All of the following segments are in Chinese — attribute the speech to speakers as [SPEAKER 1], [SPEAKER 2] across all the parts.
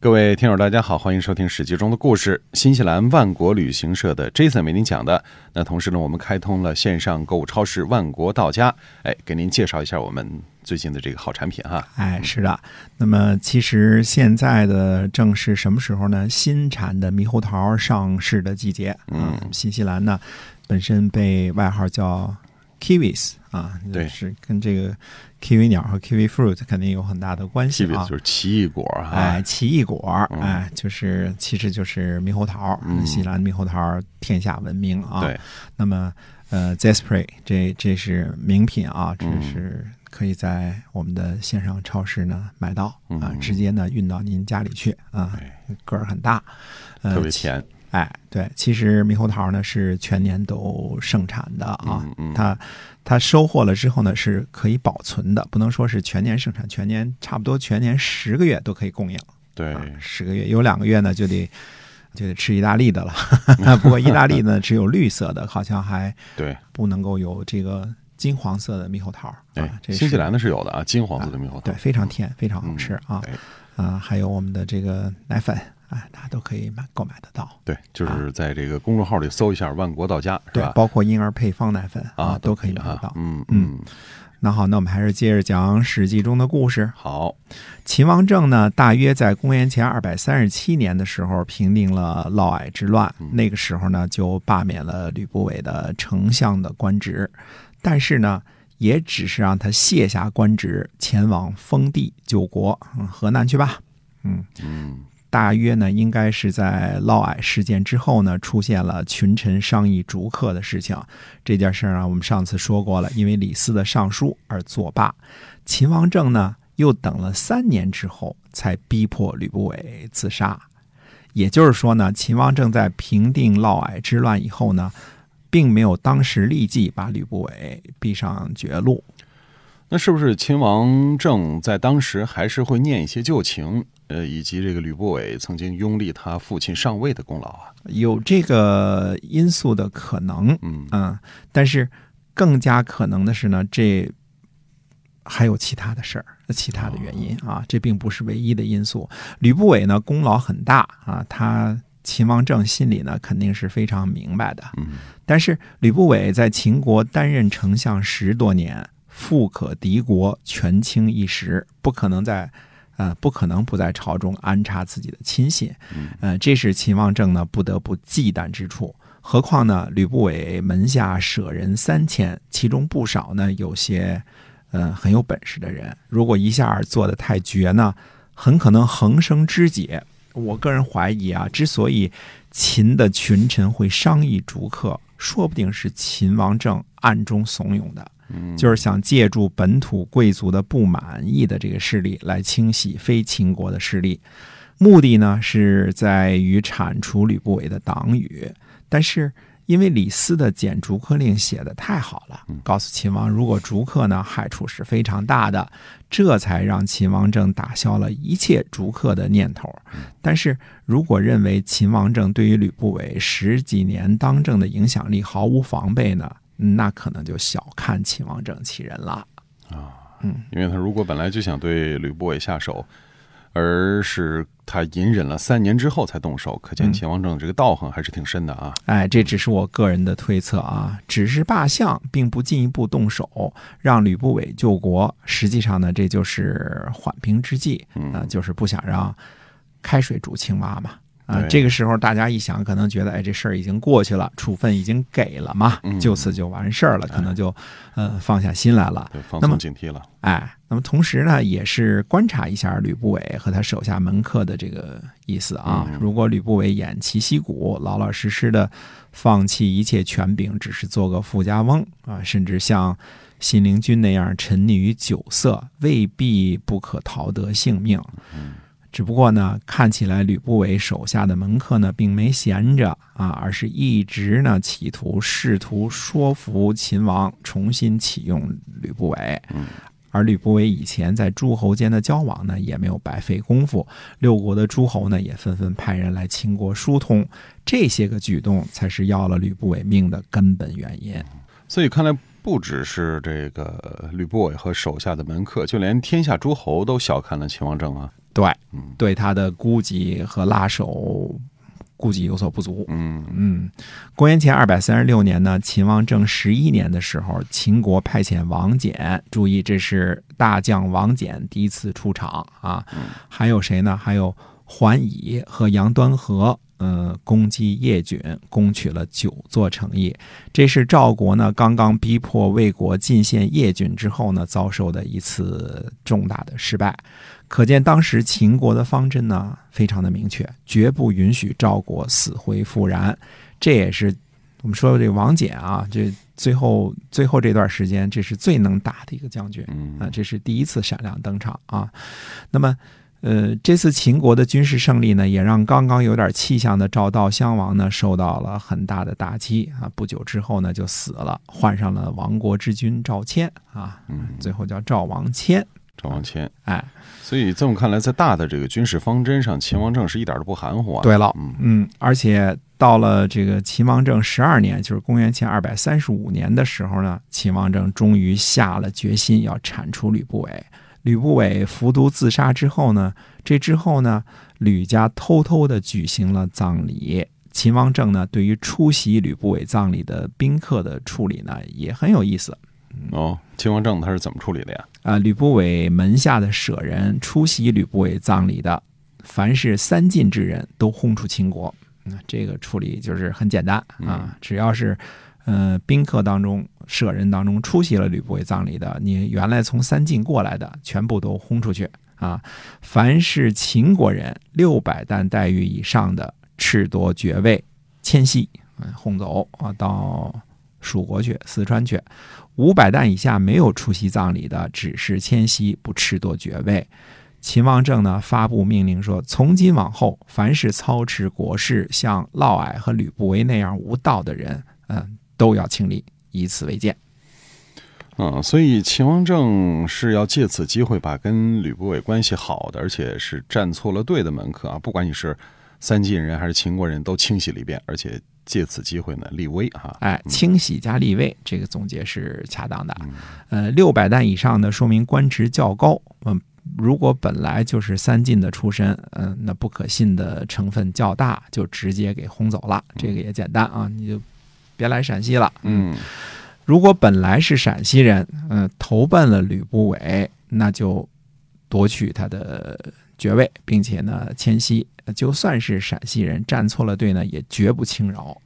[SPEAKER 1] 各位听友，大家好，欢迎收听《史记》中的故事。新西兰万国旅行社的 Jason 为您讲的。那同时呢，我们开通了线上购物超市万国到家，哎，给您介绍一下我们最近的这个好产品哈。
[SPEAKER 2] 哎，是的。那么其实现在的正是什么时候呢？新产的猕猴桃上市的季节。啊
[SPEAKER 1] 嗯
[SPEAKER 2] 新西兰呢，本身被外号叫 kiwis 啊，
[SPEAKER 1] 对
[SPEAKER 2] 是跟这个 kiwi 鸟和 kiwi fruit 肯定有很大的关系
[SPEAKER 1] 这
[SPEAKER 2] 啊。
[SPEAKER 1] 个就是奇异果哈。
[SPEAKER 2] 哎，奇异果儿，
[SPEAKER 1] 啊嗯
[SPEAKER 2] 哎，就是其实就是猕猴桃儿，
[SPEAKER 1] 嗯
[SPEAKER 2] 西兰猕猴桃儿天下闻名啊。
[SPEAKER 1] 对，
[SPEAKER 2] 那么呃 z e s p r a y 这这是名品啊，这
[SPEAKER 1] 嗯
[SPEAKER 2] 是可以在我们的线上超市呢买到啊，
[SPEAKER 1] 嗯哎
[SPEAKER 2] 直接呢运到您家里去啊，个儿很大，呃、
[SPEAKER 1] 特别
[SPEAKER 2] 其
[SPEAKER 1] 甜。
[SPEAKER 2] 哎，对，其实猕猴桃呢是全年都盛产的啊，
[SPEAKER 1] 嗯嗯
[SPEAKER 2] 它它收获了之后呢是可以保存的，不能说是全年盛产，全年差不多全年十个月都可以供应，
[SPEAKER 1] 对，
[SPEAKER 2] 啊、十个月有两个月呢就得就得吃意大利的了， 不过意大利呢只有绿色的，好像还
[SPEAKER 1] 对，
[SPEAKER 2] 不能够有这个金黄色的猕猴桃，
[SPEAKER 1] 哎
[SPEAKER 2] 啊，，这
[SPEAKER 1] 新西
[SPEAKER 2] 是
[SPEAKER 1] 兰的是有的啊，金黄色的猕猴桃
[SPEAKER 2] 对。非常甜，非常好吃啊
[SPEAKER 1] 嗯哎
[SPEAKER 2] 啊，还有我们的这个奶粉啊，大家都可以买购买得到。
[SPEAKER 1] 对，就是在这个公众号里搜一下“万国到家”，是
[SPEAKER 2] 对
[SPEAKER 1] 吧，？
[SPEAKER 2] 包括婴儿配方奶粉
[SPEAKER 1] 啊，
[SPEAKER 2] 都可以买
[SPEAKER 1] 啊
[SPEAKER 2] 得到。
[SPEAKER 1] 嗯
[SPEAKER 2] 嗯
[SPEAKER 1] 嗯，
[SPEAKER 2] 那好，那我们还是接着讲《史记》中的故事。
[SPEAKER 1] 好，
[SPEAKER 2] 秦王政呢，大约在公元前二百三十七年的时候，平定了嫪毐之乱。那个时候呢，就罢免了吕不韦的丞相的官职，但是呢，也只是让他卸下官职，前往封地救国，嗯河南去吧。嗯，
[SPEAKER 1] 嗯，
[SPEAKER 2] 大约呢，应该是在嫪毐事件之后呢，出现了群臣商议逐客的事情。这件事儿啊，我们上次说过了，因为李斯的上书而作罢。秦王政呢，又等了三年之后，才逼迫吕不韦自杀。也就是说呢，秦王政在平定嫪毐之乱以后呢，并没有当时立即把吕不韦逼上绝路。
[SPEAKER 1] 那是不是秦王政在当时还是会念一些旧情，呃，以及这个吕不韦曾经拥立他父亲上位的功劳啊？
[SPEAKER 2] 有这个因素的可能，
[SPEAKER 1] 嗯
[SPEAKER 2] 嗯，但是更加可能的是呢，这还有其他的事儿，其他的原因啊，这并不是唯一的因素。吕不韦呢，功劳很大啊，他秦王政心里呢肯定是非常明白的。
[SPEAKER 1] 嗯，
[SPEAKER 2] 但是吕不韦在秦国担任丞相十多年，富可敌国，权倾一时，不可能在。呃，不可能不在朝中安插自己的亲信，呃，这是秦王政呢不得不忌惮之处。何况呢，吕不韦门下舍人三千，其中不少呢有些，呃，很有本事的人。如果一下儿做的太绝呢，很可能横生枝节。我个人怀疑啊，之所以秦的群臣会商议逐客，说不定是秦王政暗中怂恿的，就是想借助本土贵族的不满意的这个势力来清洗非秦国的势力。目的呢是在于铲除吕不韦的党羽，但是因为李斯的《谏逐客令》写的太好了，告诉秦王，如果逐客呢，害处是非常大的，这才让秦王政打消了一切逐客的念头。但是如果认为秦王政对于吕不韦十几年当政的影响力毫无防备呢，那可能就小看秦王政其人了。
[SPEAKER 1] 因为他如果本来就想对吕不韦下手，而是他隐忍了三年之后才动手，可
[SPEAKER 2] 嗯
[SPEAKER 1] 见秦王政这个道行还是挺深的啊。
[SPEAKER 2] 哎，这只是我个人的推测啊，只是罢相，并不进一步动手，让吕不韦救国。实际上呢，这就是缓兵之计，啊、就是不想让开水煮青蛙嘛。啊、
[SPEAKER 1] 对
[SPEAKER 2] 这个时候大家一想，可能觉得，哎，这事儿已经过去了，处分已经给了嘛，就此就完事儿了，可能就，呃，放下心来了。
[SPEAKER 1] 对，放
[SPEAKER 2] 那么
[SPEAKER 1] 松警惕了。
[SPEAKER 2] 哎，那么同时呢，也是观察一下吕不韦和他手下门客的这个意思啊。如果吕不韦偃旗息鼓，老老实实的放弃一切权柄，只是做个富家翁啊，甚至像信陵君那样沉溺于酒色，未必不可逃得性命。只不过呢，看起来吕不韦手下的门客呢，并没闲着啊，而是一直呢企图试图说服秦王重新启用吕不韦。而吕不韦以前在诸侯间的交往呢，也没有白费功夫。六国的诸侯呢，也纷纷派人来秦国疏通，这些个举动才是要了吕不韦命的根本原因。
[SPEAKER 1] 所以看来不只是这个吕不韦和手下的门客，就连天下诸侯都小看了秦王政啊。
[SPEAKER 2] 对，
[SPEAKER 1] 嗯
[SPEAKER 2] 对他的估计和拉手，估计有所不足。
[SPEAKER 1] 嗯
[SPEAKER 2] 嗯，公元前二百三十六年呢，秦王政十一年的时候，秦国派遣王翦，注意这是大将王翦第一次出场啊，
[SPEAKER 1] 嗯
[SPEAKER 2] 还有谁呢？还有桓乙和杨端和。嗯，攻击叶军，攻取了九座城邑。这是赵国呢刚刚逼迫魏国进献叶军之后呢遭受的一次重大的失败。可见当时秦国的方针呢，非常的明确，绝不允许赵国死灰复燃。这也是我们说的这个王翦啊，这最后最后这段时间，这是最能打的一个将军啊，
[SPEAKER 1] 嗯
[SPEAKER 2] 这是第一次闪亮登场啊。那么，呃，这次秦国的军事胜利呢，也让刚刚有点气象的赵悼襄王呢，受到了很大的打击啊。不久之后呢，就死了，换上了亡国之君赵谦啊，
[SPEAKER 1] 嗯，
[SPEAKER 2] 最后叫赵王谦，
[SPEAKER 1] 赵王谦。
[SPEAKER 2] 哎。
[SPEAKER 1] 所以这么看来，在大的这个军事方针上，秦王政是一点都不含糊啊。
[SPEAKER 2] 对了
[SPEAKER 1] 嗯
[SPEAKER 2] 嗯，而且到了这个秦王政十二年，就是公元前二百三十五年的时候呢，秦王政终于下了决心要铲除吕不韦。吕不韦服毒自杀之后呢，这之后呢，吕家偷偷的举行了葬礼。秦王政呢，对于出席吕不韦葬礼的宾客的处理呢，也很有意思。
[SPEAKER 1] 哦，秦王政他是怎么处理的呀？
[SPEAKER 2] 啊，吕不韦门下的舍人出席吕不韦葬礼的，凡是三晋之人都轰出秦国。那这个处理就是很简单
[SPEAKER 1] 嗯
[SPEAKER 2] 啊，只要是，呃，宾客当中、舍人当中出席了吕不韦葬礼的，你原来从三晋过来的，全部都轰出去啊！凡是秦国人六百担待遇以上的，褫夺爵位，迁徙，嗯，轰走啊，到蜀国去、四川去。五百担以下没有出席葬礼的，只是迁徙，不褫夺爵位。秦王政呢发布命令说，从今往后，凡是操持国事、像嫪毐和吕不韦那样无道的人，嗯、都要清理，以此为鉴。
[SPEAKER 1] 嗯，所以秦王政是要借此机会把跟吕不韦关系好的，而且是站错了队的门客啊，不管你是三晋人还是秦国人，都清洗了一遍，而且借此机会呢立威啊。
[SPEAKER 2] 哎，
[SPEAKER 1] 嗯
[SPEAKER 2] 清洗加立位，这个总结是恰当的。呃，六百担以上的说明官职较高，嗯，如果本来就是三晋的出身，嗯、那不可信的成分较大，就直接给轰走了。这个也简单啊，你就别来陕西了。
[SPEAKER 1] 嗯，
[SPEAKER 2] 如果本来是陕西人，嗯、投奔了吕不韦，那就夺取他的爵位，并且呢迁徙。就算是陕西人站错了队呢，也绝不轻饶。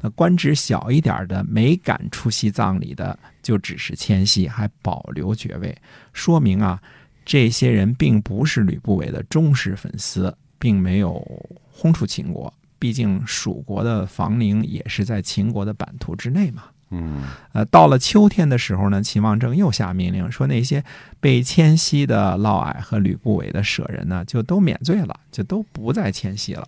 [SPEAKER 2] 那官职小一点的，没敢出席葬礼的，就只是迁徙，还保留爵位，说明啊，这些人并不是吕不韦的忠实粉丝，并没有轰出秦国。毕竟蜀国的房陵也是在秦国的版图之内嘛。
[SPEAKER 1] 嗯，
[SPEAKER 2] 呃，到了秋天的时候呢，秦王政又下命令说，那些被迁徙的嫪毐和吕不韦的舍人呢，就都免罪了，就都不再迁徙了。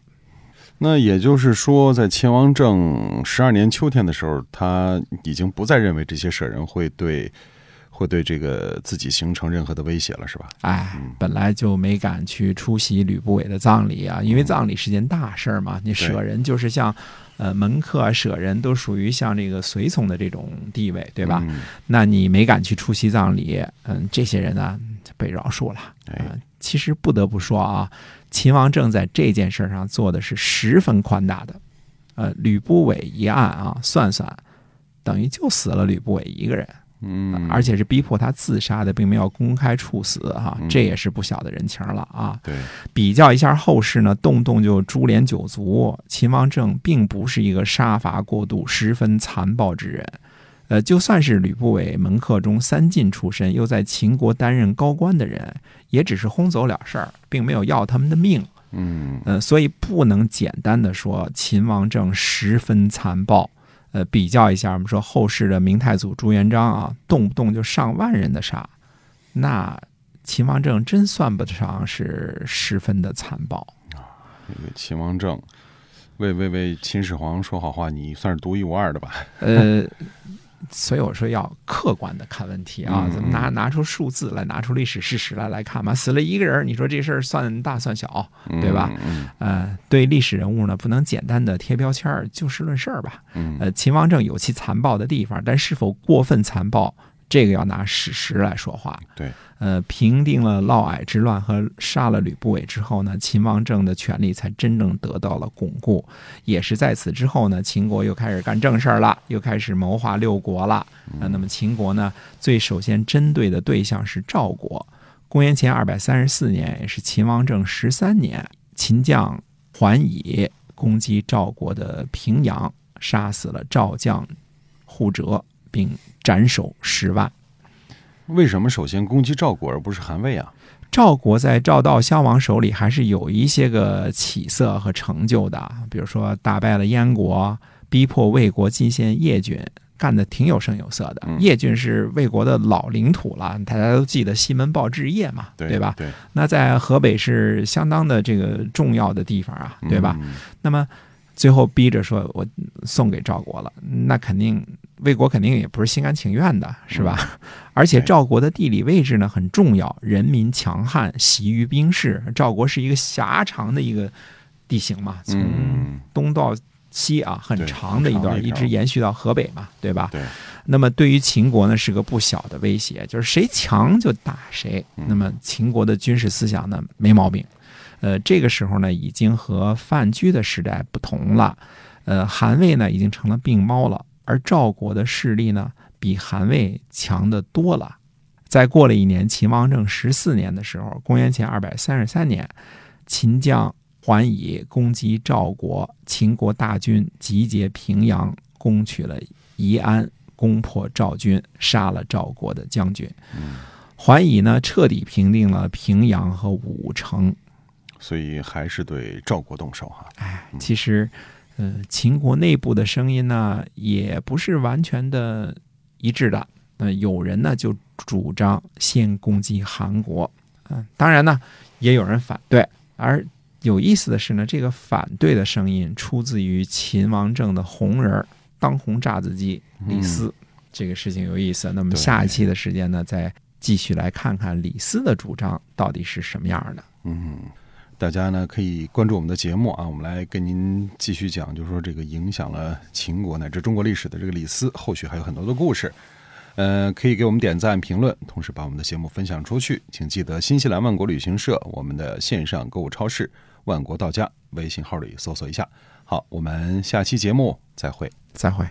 [SPEAKER 1] 那也就是说，在秦王政十二年秋天的时候，他已经不再认为这些舍人会对会对这个自己形成任何的威胁了，是吧？
[SPEAKER 2] 哎
[SPEAKER 1] 嗯，
[SPEAKER 2] 本来就没敢去出席吕不韦的葬礼啊，因
[SPEAKER 1] 嗯
[SPEAKER 2] 为葬礼是件大事儿嘛，你舍人就是像。呃，门客啊，舍人都属于像这个随从的这种地位，对吧？
[SPEAKER 1] 嗯
[SPEAKER 2] 那你没敢去出席葬礼，嗯，这些人呢被饶恕了。
[SPEAKER 1] 哎，
[SPEAKER 2] 其实不得不说啊，秦王政在这件事上做的是十分宽大的。呃，吕不韦一案啊，算算，等于就死了吕不韦一个人，
[SPEAKER 1] 嗯，
[SPEAKER 2] 而且是逼迫他自杀的，并没有公开处死哈、
[SPEAKER 1] 嗯
[SPEAKER 2] 这也是不小的人情了啊。
[SPEAKER 1] 对，
[SPEAKER 2] 比较一下后世呢，动不动就株连九族，秦王政并不是一个杀伐过度、十分残暴之人。呃，就算是吕不韦门客中三晋出身，又在秦国担任高官的人，也只是轰走了事儿，并没有要他们的命。
[SPEAKER 1] 嗯
[SPEAKER 2] 呃，所以不能简单的说秦王政十分残暴。呃，比较一下，我们说后世的明太祖朱元璋啊，动不动就上万人的杀，那秦王政真算不上是十分的残暴。
[SPEAKER 1] 这个秦王政 为为为秦始皇说好话，你算是独一无二的吧？
[SPEAKER 2] 呃，所以我说要客观的看问题啊，
[SPEAKER 1] 嗯
[SPEAKER 2] 咱们拿拿出数字来，拿出历史事实来来看嘛。死了一个人，你说这事儿算大算小，对吧？
[SPEAKER 1] 嗯
[SPEAKER 2] 呃，对历史人物呢，不能简单的贴标签儿，就事论事儿吧。
[SPEAKER 1] 嗯
[SPEAKER 2] 呃，秦王政有其残暴的地方，但是否过分残暴，这个要拿史实来说话。
[SPEAKER 1] 对，
[SPEAKER 2] 呃，平定了嫪毐之乱和杀了吕不韦之后呢，秦王政的权力才真正得到了巩固。也是在此之后呢，秦国又开始干正事儿了，又开始谋划六国了。啊，那么秦国呢，最首先针对的对象是赵国。公元前二百三十四年，也是秦王政十三年，秦将桓乙攻击赵国的平阳，杀死了赵将护哲，并斩首十万。
[SPEAKER 1] 为什么首先攻击赵国而不是韩魏啊？
[SPEAKER 2] 赵国在赵悼襄王手里还是有一些个起色和成就的，比如说打败了燕国，逼迫魏国进献叶郡，干得挺有声有色的。
[SPEAKER 1] 嗯
[SPEAKER 2] 叶郡是魏国的老领土了，大家都记得西门豹之夜嘛，
[SPEAKER 1] 对
[SPEAKER 2] 吧？
[SPEAKER 1] 对
[SPEAKER 2] 那在河北是相当的这个重要的地方啊，对吧？？
[SPEAKER 1] 嗯
[SPEAKER 2] 那么最后逼着说我送给赵国了，那肯定魏国肯定也不是心甘情愿的，是吧？ 而且赵国的地理位置呢很重要，人民强悍，习于兵士。赵国是一个狭长的一个地形嘛，从
[SPEAKER 1] 嗯，
[SPEAKER 2] 东到西啊，很
[SPEAKER 1] 对
[SPEAKER 2] 长的一
[SPEAKER 1] 很长
[SPEAKER 2] 段，
[SPEAKER 1] 的一
[SPEAKER 2] 一
[SPEAKER 1] 条
[SPEAKER 2] 直延续到河北嘛，对吧？
[SPEAKER 1] 对，
[SPEAKER 2] 那么对于秦国呢，是个不小的威胁，就是谁强就打谁
[SPEAKER 1] 嗯。
[SPEAKER 2] 那么秦国的军事思想呢，没毛病。呃，这个时候呢，已经和范雎的时代不同了。呃，韩魏呢已经成了病猫了，而赵国的势力呢，比韩魏强得多了。再过了一年，秦王政十四年的时候，公元前二百三十三年，秦将桓乙攻击赵国，秦国大军集结平阳，攻取了宜安，攻破赵军，杀了赵国的将军。桓乙呢，彻底平定了平阳和武城。
[SPEAKER 1] 所以还是对赵国动手哈。
[SPEAKER 2] 哎，其实，呃，秦国内部的声音呢，也不是完全的一致的。呃，有人呢就主张先攻击韩国，嗯、当然呢，也有人反对。而有意思的是呢，这个反对的声音出自于秦王政的红人儿当红炸子鸡
[SPEAKER 1] 嗯
[SPEAKER 2] 李斯。这个事情有意思。那么
[SPEAKER 1] 对
[SPEAKER 2] 下一期的时间呢，再继续来看看李斯的主张到底是什么样的。
[SPEAKER 1] 嗯，大家呢可以关注我们的节目啊，我们来跟您继续讲，就是说这个影响了秦国乃至中国历史的这个李斯，后续还有很多的故事。呃，可以给我们点赞、评论，同时把我们的节目分享出去。请记得新西兰万国旅行社我们的线上购物超市“万国到家”微信号里搜索一下。好，我们下期节目再会。
[SPEAKER 2] 再会。